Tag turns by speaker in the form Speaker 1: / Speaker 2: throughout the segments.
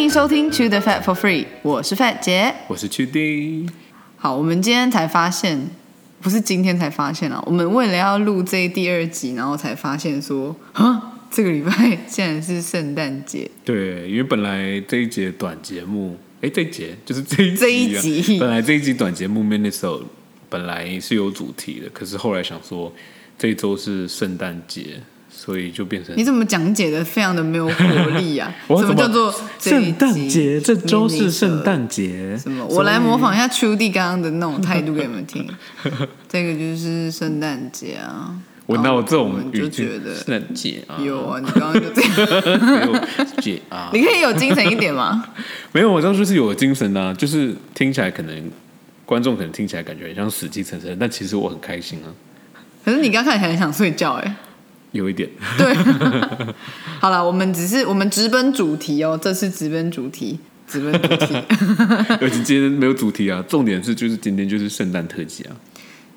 Speaker 1: 迎收听 To the Fat for Free，我是 Fat 姐。
Speaker 2: 我是去丁，
Speaker 1: 好，我们今天才发现，不是今天才发现啊，我们为了要录这第二集，然后才发现说，啊，这个礼拜竟然是圣诞 节。
Speaker 2: 对，因为本来这一节短节目，哎，这一节就是这一集、啊、
Speaker 1: 这一集
Speaker 2: 本来这一集短节目 Miniso 本来是有主题的，可是后来想说这一周是圣诞节，所以就变成
Speaker 1: 你怎么讲解的非常的没有活力啊
Speaker 2: ？我
Speaker 1: 什
Speaker 2: 怎么
Speaker 1: 叫做这一集
Speaker 2: 圣诞节？这周是圣诞节，
Speaker 1: 什么？
Speaker 2: 所
Speaker 1: 我
Speaker 2: 以
Speaker 1: 来模仿一下秋弟刚刚的那种态度给你们 听。这个就是圣诞节啊！
Speaker 2: 我哪有这
Speaker 1: 我
Speaker 2: 种
Speaker 1: 们
Speaker 2: 语
Speaker 1: 就
Speaker 2: 境
Speaker 1: 觉得
Speaker 2: 圣诞节啊，
Speaker 1: 有啊，你刚刚就这样，
Speaker 2: 没有节啊，
Speaker 1: 你可以有精神一点吗？
Speaker 2: 没有，我当时是有精神的、啊，就是听起来可能观众可能听起来感觉很像死气沉沉，但其实我很开心啊，
Speaker 1: 可是你刚看起来很想睡觉哎、
Speaker 2: 有一点。
Speaker 1: 对，好了，我们只是我们直奔主题哦，这次直奔主题，直奔主题。
Speaker 2: 而且今天没有主题啊，重点是就是今天就是圣诞特辑啊。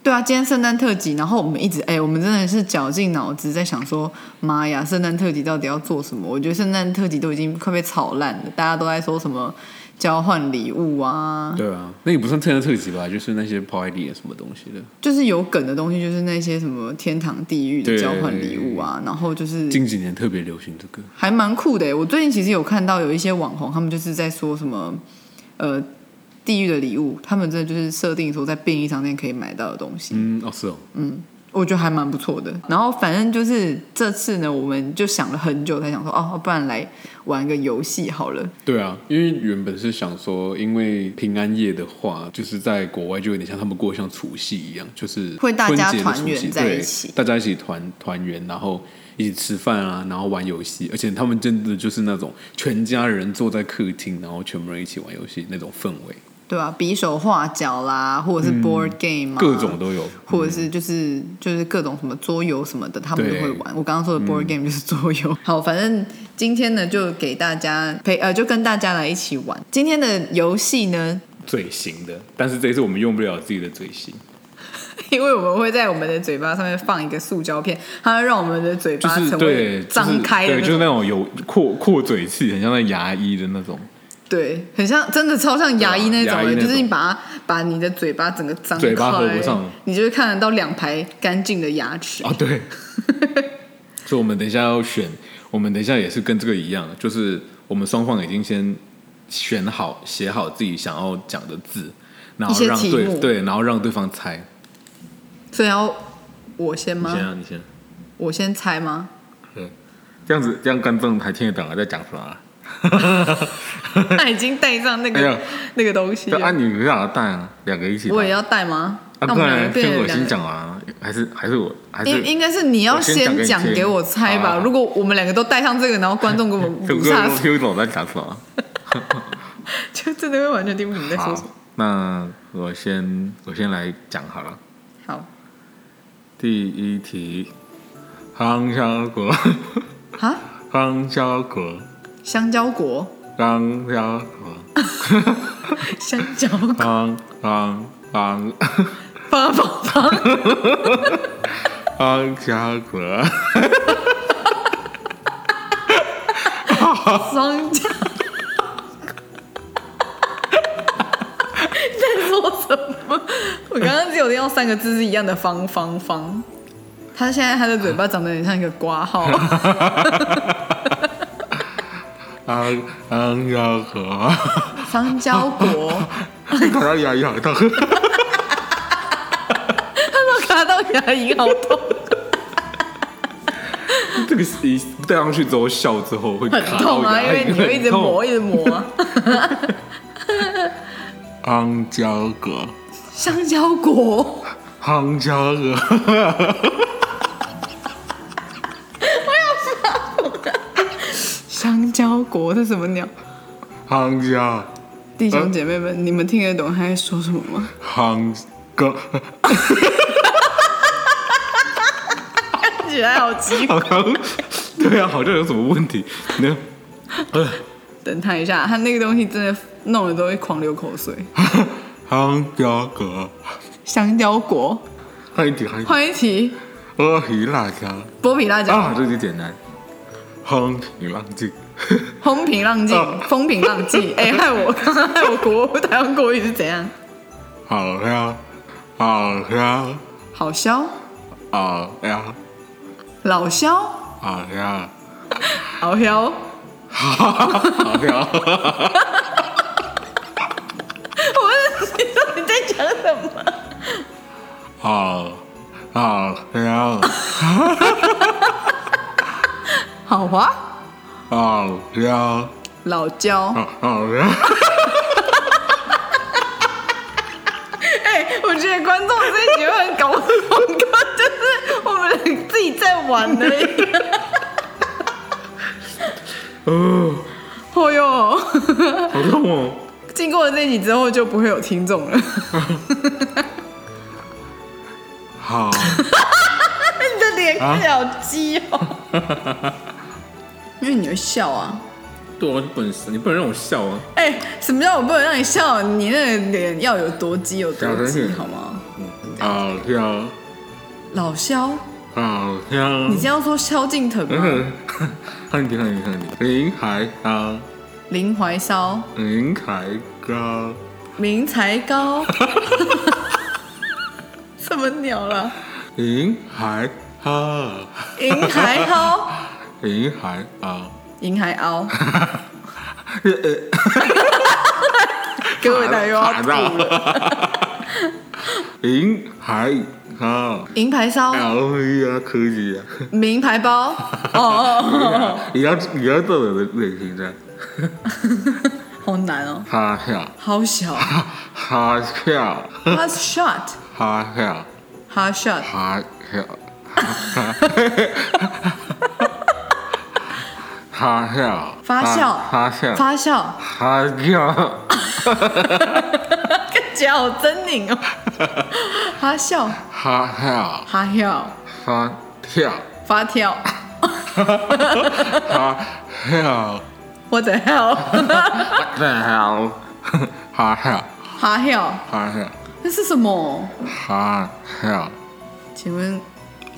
Speaker 1: 对啊，今天圣诞特辑，然后我们一直哎、我们真的是绞尽脑汁在想说，妈呀，圣诞特辑到底要做什么？我觉得圣诞特辑都已经快被炒烂了，大家都在说什么交换礼物啊，
Speaker 2: 对啊，那也不算圣诞特辑吧，就是那些 party 啊什么东西的，
Speaker 1: 就是有梗的东西，就是那些什么天堂地狱的
Speaker 2: 对
Speaker 1: 交换礼物啊，然后就是
Speaker 2: 近几年特别流行这个。
Speaker 1: 还蛮酷的耶。欸我最近其实有看到有一些网红，他们就是在说什么，呃，地狱的礼物，他们真的就是设定说在便利商店可以买到的东西，
Speaker 2: 嗯，哦是哦，
Speaker 1: 我觉得还蛮不错的。然后反正就是这次呢，我们就想了很久，才想说哦，不然来玩个游戏好了。
Speaker 2: 对啊，因为原本是想说，因为平安夜的话，就是在国外就有点像他们过得像除夕一样，就是
Speaker 1: 会大家
Speaker 2: 春节的
Speaker 1: 团圆
Speaker 2: 除夕
Speaker 1: 在一
Speaker 2: 对
Speaker 1: 起
Speaker 2: 大家一起团团圆，然后一起吃饭啊，然后玩游戏，而且他们真的就是那种全家人坐在客厅，然后全部人一起玩游戏那种氛围，
Speaker 1: 对吧、比手画脚啦，或者是 board game 啊，
Speaker 2: 嗯各种都有。
Speaker 1: 或者是就是就是各种什么桌游什么的，他们都
Speaker 2: 对嗯
Speaker 1: 会玩。我刚刚说的 board game 就是桌游。 好，反正今天呢就给大家陪呃，就跟大家来一起玩。今天的游戏呢，
Speaker 2: 嘴型的，但是这一次我们用不了自己的嘴型，
Speaker 1: 因为我们会在我们的嘴巴上面放一个塑胶片，它会让我们的嘴
Speaker 2: 就
Speaker 1: 巴
Speaker 2: 是
Speaker 1: 成
Speaker 2: 对
Speaker 1: 为张开的
Speaker 2: 就是
Speaker 1: 那
Speaker 2: 对，就是
Speaker 1: 种，
Speaker 2: 那种有扩扩嘴器，很像在牙医的那种。
Speaker 1: 对，很像真的超像牙医那
Speaker 2: 对啊
Speaker 1: 种
Speaker 2: 牙医
Speaker 1: 的，
Speaker 2: 那
Speaker 1: 就
Speaker 2: 种
Speaker 1: 是你把它把你的嘴巴整个张开，
Speaker 2: 嘴巴合不上
Speaker 1: 你就会看得到两排干净的牙齿。
Speaker 2: 啊，对。所以我们等一下要选，我们等一下也是跟这个一样，就是我们双方已经先选好、写好自己想要讲的字，然
Speaker 1: 一
Speaker 2: 后
Speaker 1: 些
Speaker 2: 让
Speaker 1: 题目
Speaker 2: 对对，然后让对方猜。
Speaker 1: 所以要我先
Speaker 2: 你
Speaker 1: 吗？
Speaker 2: 先啊，你先。
Speaker 1: 我先猜吗？
Speaker 2: 嗯，这样子，这样观众还听得懂啊，在讲什么、 啊？
Speaker 1: 他已经带上那
Speaker 2: 哎
Speaker 1: 个、
Speaker 2: 呀
Speaker 1: 那个东西
Speaker 3: 嗯对啊，
Speaker 1: 了。
Speaker 3: 你们俩带啊，两个一起带。
Speaker 1: 我也要带吗？
Speaker 3: 啊，
Speaker 1: 那我
Speaker 3: 不
Speaker 1: 们两
Speaker 3: 然
Speaker 1: 个变
Speaker 3: 先
Speaker 1: 成
Speaker 3: 我
Speaker 1: 两
Speaker 3: 先
Speaker 1: 个。
Speaker 3: 讲啊，还是还是我还是
Speaker 1: 应应该是你要
Speaker 3: 我先讲给你
Speaker 1: 讲
Speaker 3: 听
Speaker 1: 给我猜
Speaker 3: 好
Speaker 1: 吧。
Speaker 3: 啊好啊
Speaker 1: 如果我们两个都带上这个，然后观众根本
Speaker 3: 这
Speaker 1: 不
Speaker 3: 个
Speaker 1: 下
Speaker 3: 我
Speaker 1: 去，
Speaker 3: 听不懂在讲什么。啊
Speaker 1: 就真的会完全听不懂你在说什么
Speaker 3: 好。，那我先我先来讲好了。
Speaker 1: 好
Speaker 3: 第一题，香蕉果，
Speaker 1: 啊，
Speaker 3: 香蕉果，
Speaker 1: 香蕉果，
Speaker 3: 香蕉果，
Speaker 1: 香蕉果，
Speaker 3: 香香香
Speaker 1: 八宝方，
Speaker 3: 香蕉果，
Speaker 1: 双蕉。 你在说什么？我刚刚只有用三个字是一样的方方方。他现在他的嘴巴长得很像一个挂号。
Speaker 2: 哎
Speaker 3: 香香蕉果，
Speaker 1: 香蕉 果，
Speaker 3: 搞到牙痒痛。
Speaker 2: 哎
Speaker 1: 我卡到牙龈好痛，
Speaker 2: 这个一戴上去之后笑之后会
Speaker 1: 很
Speaker 2: 卡到
Speaker 1: 痛啊！因
Speaker 2: 牙
Speaker 1: 为你会一直
Speaker 2: 很痛
Speaker 1: 磨，一直磨 啊。
Speaker 3: 香蕉果，
Speaker 1: 香蕉果，
Speaker 3: 香蕉果。
Speaker 1: 香蕉果这什么鸟？
Speaker 3: 香蕉，
Speaker 1: 弟兄姐妹们，你们听得懂他在说什么吗？
Speaker 3: 香哥，
Speaker 1: 看起来好奇怪。
Speaker 2: 好像对啊，好像有什么问题？那
Speaker 1: 等他一下，他那个东西真的弄得都会狂流口水。
Speaker 3: 香蕉哥，
Speaker 1: 香蕉果，
Speaker 3: 快一点，快一呃点，
Speaker 1: 换一题，
Speaker 3: 鳄鱼辣椒
Speaker 1: 剥皮辣椒。
Speaker 3: 啊啊，这就简单，红皮浪迹，
Speaker 1: 风平浪静，风平浪 静。哎、害我刚刚害我国 台湾国语是怎样？
Speaker 3: 好呀，好呀，
Speaker 1: 好消，
Speaker 3: 好呀，
Speaker 1: 老消，
Speaker 3: 好呀，
Speaker 1: 好消。
Speaker 3: 好呀，
Speaker 1: 我是你说你在讲什么？
Speaker 3: 好，好呀，
Speaker 1: 好滑，
Speaker 3: 好呀，
Speaker 1: 老焦。
Speaker 3: 好呀，
Speaker 1: 哎、我觉得观众这一集会很搞不懂，就是我们自己在玩的。
Speaker 3: 哦，
Speaker 1: 哦哟，
Speaker 3: 好痛哦！
Speaker 1: 经过了这一集之后就不会有听 众了。
Speaker 3: 好，
Speaker 1: 你的脸看起来好鸡哦，因为你会笑啊。
Speaker 2: 对啊，就不能你不能让我笑啊！
Speaker 1: 哎、什么叫我不能让你笑？你那个脸要有多鸡有多
Speaker 3: 小声一
Speaker 1: 鸡，
Speaker 3: 点
Speaker 1: 好吗？
Speaker 3: 好呀，
Speaker 1: 老肖，
Speaker 3: 好呀
Speaker 1: 你，这样说萧敬腾啊吗？
Speaker 3: 嗯，看你，看你，看你，林海啊，
Speaker 1: 林怀骚，
Speaker 3: 林海高，
Speaker 1: 明才高，什么鸟啦？
Speaker 3: 林海啊，
Speaker 1: 银海蒿，
Speaker 3: 林海啊，
Speaker 1: 银海凹。 各位大家要
Speaker 3: 卡
Speaker 1: 吐
Speaker 3: 到
Speaker 1: 了，
Speaker 3: 林海啊，
Speaker 1: 银牌烧，
Speaker 3: 哎
Speaker 2: 嗯
Speaker 3: 呀，可以啊。
Speaker 1: 名牌包，哦哦，哦
Speaker 2: 啊
Speaker 3: 你要你要做我的脸型这样，
Speaker 1: 好难哦，
Speaker 3: 哈笑，
Speaker 1: 好小
Speaker 3: 哈哈笑，
Speaker 1: ，hard shot，
Speaker 3: 哈笑，
Speaker 1: hard shot，
Speaker 3: 哈笑，哈笑，
Speaker 1: 发酵
Speaker 3: 哈
Speaker 2: 嗯
Speaker 3: 笑，
Speaker 1: 发酵，
Speaker 3: 哈笑，
Speaker 1: 看起来好狰狞哦，哦哈笑，
Speaker 3: 哈笑，
Speaker 1: 哈笑，
Speaker 3: 哈跳，
Speaker 1: 发跳
Speaker 3: 哈笑，
Speaker 1: ，what the hell，
Speaker 3: 哈笑，哈笑，
Speaker 1: 哈笑，
Speaker 3: 哈笑，
Speaker 1: 那是什么？
Speaker 3: 哈笑，
Speaker 1: 请问，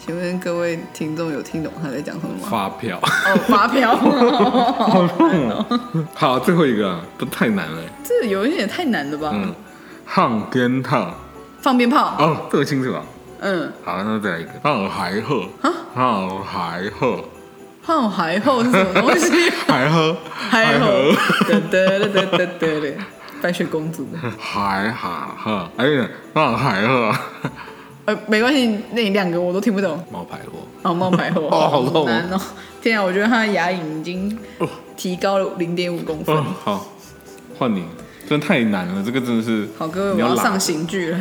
Speaker 1: 请问各位听众有听懂他在讲什么吗？
Speaker 2: 发票
Speaker 1: 哦， 发 票，
Speaker 2: 好痛哦！好，最后一个啊不太难了，
Speaker 1: 这有一点太难了吧？
Speaker 3: 嗯，放鞭炮，
Speaker 1: 放鞭炮，
Speaker 3: 哦，这个清楚啊。
Speaker 1: 嗯，
Speaker 3: 好，那再来一个，放海鹤，放海鹤。
Speaker 1: 放海后是什 么东西？
Speaker 3: 海河，
Speaker 1: 海后
Speaker 3: 河，
Speaker 1: 得得得得得得得，白雪公主的。
Speaker 3: 海哈哈，哎呀，那海河，
Speaker 1: 呃，没关系，那两个我都听不懂。
Speaker 2: 冒牌货。
Speaker 1: 哦，冒牌货，
Speaker 2: 哦好痛哦
Speaker 1: 难哦！天啊，我觉得他的牙龈已经提高了零点五公分。
Speaker 2: 哦，好，换你，真的太难了，这个真的是。
Speaker 1: 好，各位，我
Speaker 2: 你要
Speaker 1: 要
Speaker 2: 拉
Speaker 1: 上刑具了。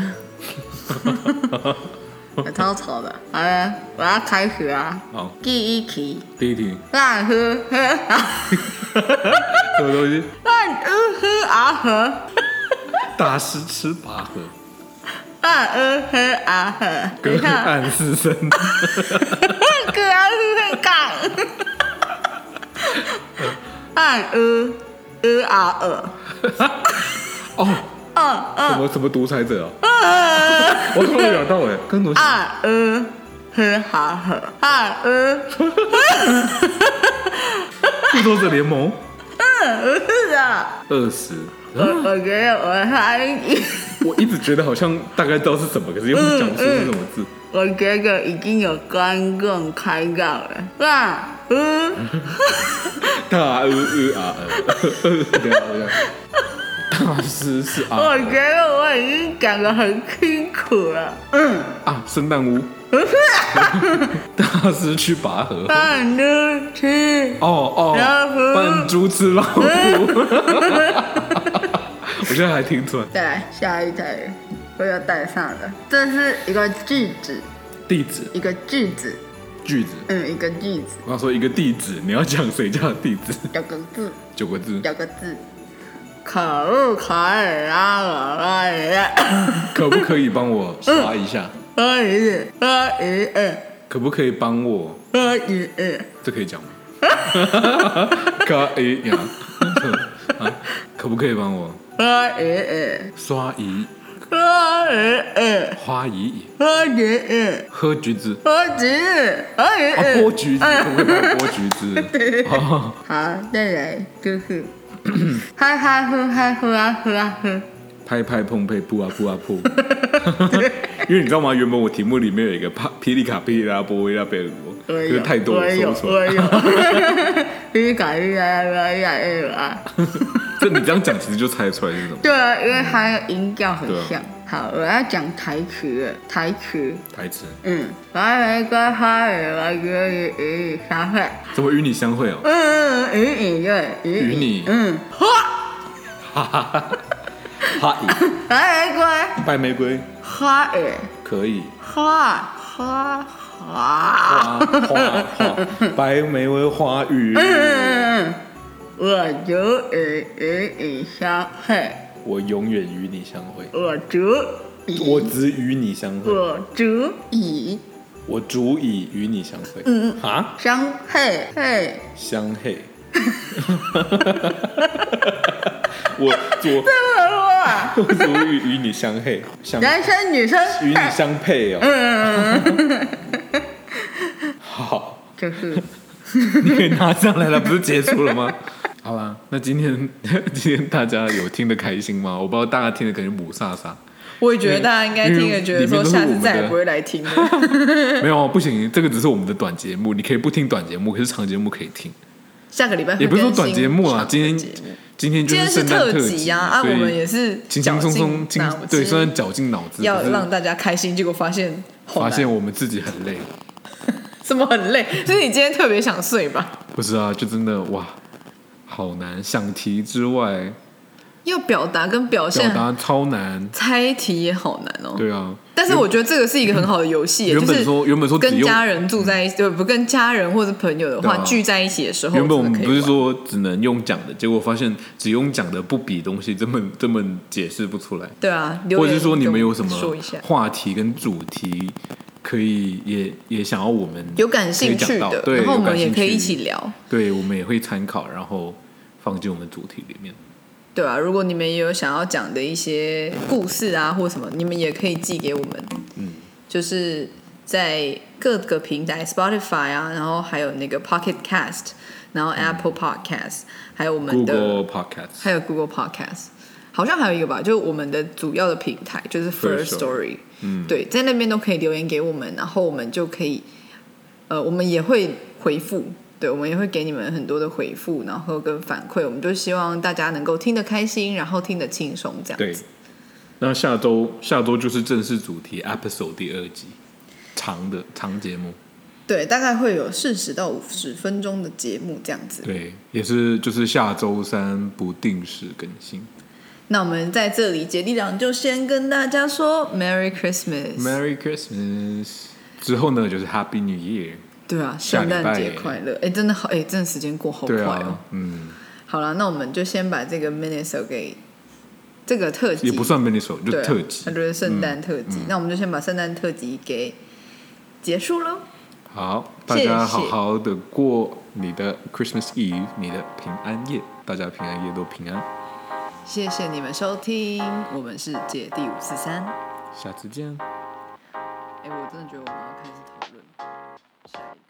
Speaker 1: 超吵的，好了，我要开始啊！
Speaker 2: 好，
Speaker 1: 第一题，
Speaker 2: 第一题，
Speaker 1: 烂呵呵啊，
Speaker 2: 什么东西？
Speaker 1: 烂呃呵啊呵，
Speaker 2: 大师吃拔河，
Speaker 1: 烂呃呵啊呵，
Speaker 2: 隔
Speaker 1: 你看。
Speaker 2: 岸 四声。
Speaker 1: 哥啊，是很干。按呃呃啊呃
Speaker 2: 哦，
Speaker 1: 嗯
Speaker 2: 什么什么独裁者啊？我突然想到哎，跟独裁
Speaker 1: 按呃呵哈呵按呃
Speaker 2: 复仇者联盟
Speaker 1: 呃是啊，
Speaker 2: 二十。
Speaker 1: 我我觉得我还
Speaker 2: 我一直觉得好像大概知道是什么，可是又不讲出是什么字。
Speaker 1: 我觉得已经有观众开到了。那呃
Speaker 2: 大呃呃啊呃，对啊对啊。大师是啊
Speaker 1: 我觉得我已经讲的很清楚了。嗯，
Speaker 2: 啊，圣诞屋。大师去拔河。
Speaker 1: 半路去
Speaker 2: 哦哦
Speaker 1: 然后，
Speaker 2: 扮猪吃老虎。我现在还听出来。
Speaker 1: 再来下一台，我要带上了。这是一个句子，
Speaker 2: 地址
Speaker 1: 一个句子，
Speaker 2: 句子，
Speaker 1: 嗯，一个句子，
Speaker 2: 我刚说一个地址，你要讲谁家的地址？
Speaker 1: 九个字，
Speaker 2: 九个字，
Speaker 1: 九个字。可恶，可尔拉我拉耶，
Speaker 2: 可不可以帮我刷一下？
Speaker 1: 喝一喝一二，
Speaker 2: 可不可以帮我？
Speaker 1: 喝一二，
Speaker 2: 这可以讲吗？可以呀。啊可不可以帮我
Speaker 1: 喝一二，
Speaker 2: 刷一
Speaker 1: 啊呃呃，
Speaker 2: 花姨姨
Speaker 1: 啊呃
Speaker 2: 喝橘子，
Speaker 1: 呃，啊呃啊
Speaker 2: 哦，
Speaker 1: 呃，
Speaker 2: 剥橘子，我会把它剥橘 子。哦，
Speaker 1: 好，再来就是嗨嗨喝嗨喝啊喝啊喝，
Speaker 2: 拍拍碰配扑啊扑啊 扑。因为你知道吗？原本我题目里面有一个帕霹雳卡霹雳拉波威拉贝鲁波，
Speaker 1: 我
Speaker 2: 可
Speaker 1: 有
Speaker 2: 是太多
Speaker 1: 我
Speaker 2: 了，说
Speaker 1: 有
Speaker 2: 不出
Speaker 1: 我
Speaker 2: 来。
Speaker 1: 有， 因为感觉呀呀呀呀啊，
Speaker 2: 这你这样讲，其实就猜得出来是什么
Speaker 1: 对啊，因为它的音调很
Speaker 2: 对啊
Speaker 1: 像。好，我要讲台词了，台词。
Speaker 2: 台词。
Speaker 1: 嗯，白玫瑰花语，我觉得与你相会。
Speaker 2: 怎么与你相会哦？
Speaker 1: 嗯，与你对，与
Speaker 2: 与你
Speaker 1: 嗯，
Speaker 2: 哈姨，
Speaker 1: 白玫瑰
Speaker 2: 白玫瑰
Speaker 1: 花语，
Speaker 2: 可以。
Speaker 1: 花花花。
Speaker 2: 花花花，白玫瑰花语，
Speaker 1: 嗯，我呃足以与你相会，
Speaker 2: 我永远与你相会。
Speaker 1: 我呃足以，
Speaker 2: 我只与你相会，
Speaker 1: 我足以
Speaker 2: 我足以与你相会。
Speaker 1: 嗯
Speaker 2: 啊，
Speaker 1: 相会会。
Speaker 2: 相嘿。 我足
Speaker 1: 这么说啊，
Speaker 2: 我足以与你相嘿，相
Speaker 1: 男生女生
Speaker 2: 与你相配哦。
Speaker 1: 嗯，
Speaker 2: 好，
Speaker 1: 就是
Speaker 2: 你可以拿上来了，不是结束了吗？好啦，那今天 今天大家有听得开心吗？我不知道大家听得感觉母萨萨。
Speaker 1: 我也觉得大家应该听了，觉得说下次再也不会来听了。
Speaker 2: 没有，不行，这个只是我们的短节目，你可以不听短节目，可是长节目可以听。
Speaker 1: 下个礼拜会
Speaker 2: 也不是说
Speaker 1: 更新
Speaker 2: 短节目啊，今天
Speaker 1: 长的节目
Speaker 2: 今天就
Speaker 1: 今天是
Speaker 2: 圣诞
Speaker 1: 辑
Speaker 2: 辑
Speaker 1: 啊，啊，
Speaker 2: 所以
Speaker 1: 我们也是
Speaker 2: 轻轻松
Speaker 1: 绞尽
Speaker 2: 松，轻
Speaker 1: 脑汁
Speaker 2: 对，虽然绞尽脑汁，
Speaker 1: 要
Speaker 2: 可是
Speaker 1: 让大家开心，结果发现好
Speaker 2: 发
Speaker 1: 难，
Speaker 2: 现我们自己很累。
Speaker 1: 什么很累，是你今天特别想睡吧？
Speaker 2: 不是啊，就真的哇，好难。想题之外，
Speaker 1: 要表达跟表
Speaker 2: 表
Speaker 1: 现，
Speaker 2: 达超难。
Speaker 1: 猜题也好难哦。
Speaker 2: 对啊，
Speaker 1: 但是我觉得这个是一个很好的游戏，
Speaker 2: 原
Speaker 1: 就是
Speaker 2: 本说原本说只
Speaker 1: 跟
Speaker 2: 用嗯
Speaker 1: 家人住在一起，对不？跟家人或者朋友的话，
Speaker 2: 对啊
Speaker 1: 聚在一起的时候，
Speaker 2: 原本我
Speaker 1: 真
Speaker 2: 们
Speaker 1: 的可以
Speaker 2: 不
Speaker 1: 玩
Speaker 2: 是说只能用讲的，结果发现只用讲的不比东西这么这么解释不出来。
Speaker 1: 对啊，
Speaker 2: 或
Speaker 1: 留
Speaker 2: 者
Speaker 1: 言
Speaker 2: 是说你们有什
Speaker 1: 跟我
Speaker 2: 么
Speaker 1: 说一下，
Speaker 2: 话题跟主题可以也也想要我们
Speaker 1: 有感兴
Speaker 2: 可以
Speaker 1: 趣
Speaker 2: 讲到
Speaker 1: 的，
Speaker 2: 对，
Speaker 1: 然后我
Speaker 2: 有感
Speaker 1: 们也
Speaker 2: 兴
Speaker 1: 可以
Speaker 2: 趣
Speaker 1: 一起，聊，
Speaker 2: 对我们也会参考，然后放进我们的主题里面。
Speaker 1: 对啊，如果你们也有想要讲的一些故事啊，或什么，你们也可以寄给我们。
Speaker 2: 嗯，
Speaker 1: 就是在各个平台，Spotify 啊，然后还有那个 Pocket Cast，然后 Apple Podcast，、还有我们的
Speaker 2: 嗯 Google Podcast
Speaker 1: 还有 Google Podcast，好像还有一个吧，就是我们的主要的平台就是
Speaker 2: First
Speaker 1: First Story，嗯，对，在那边都可以留言给我们，然后我们就可以，呃，我们也会回复，对，我们也会给你们很多的回复，然后跟反馈，我们就希望大家能够听得开心，然后听得轻松，这样
Speaker 2: 对
Speaker 1: 子。，
Speaker 2: 那下周下周就是正式主题 episode 第二集，长的长节目，
Speaker 1: 对，大概会有四十到五十分钟的节目这样子。
Speaker 2: 对，也是就是下周三不定时更新。
Speaker 1: 那我们在这里，姐弟俩就先跟大家说 Merry Christmas，
Speaker 2: Merry Christmas！之后呢，就是 Happy New Year。
Speaker 1: 对啊，
Speaker 2: 下
Speaker 1: 圣
Speaker 2: 礼拜
Speaker 1: 诞节快乐！哎，真的好，哎，真的时间过好快
Speaker 2: 对
Speaker 1: 哦。
Speaker 2: 啊，嗯，
Speaker 1: 好了，那我们就先把这个 Minnesota 给这个特辑，
Speaker 2: 也不算 m i n i s o 就
Speaker 1: 对啊
Speaker 2: 是特辑嗯
Speaker 1: 它。就是圣诞特辑。那我们就先把圣诞特辑给结束喽。
Speaker 2: 好，大
Speaker 1: 谢谢
Speaker 2: 家好好的过你的 Christmas Eve，你的平安夜，大家平安夜都平安，
Speaker 1: 谢谢你们收听，我们是姐弟五四三。
Speaker 2: 下次见。
Speaker 1: 哎，我真的觉得我们要开始讨论下一个。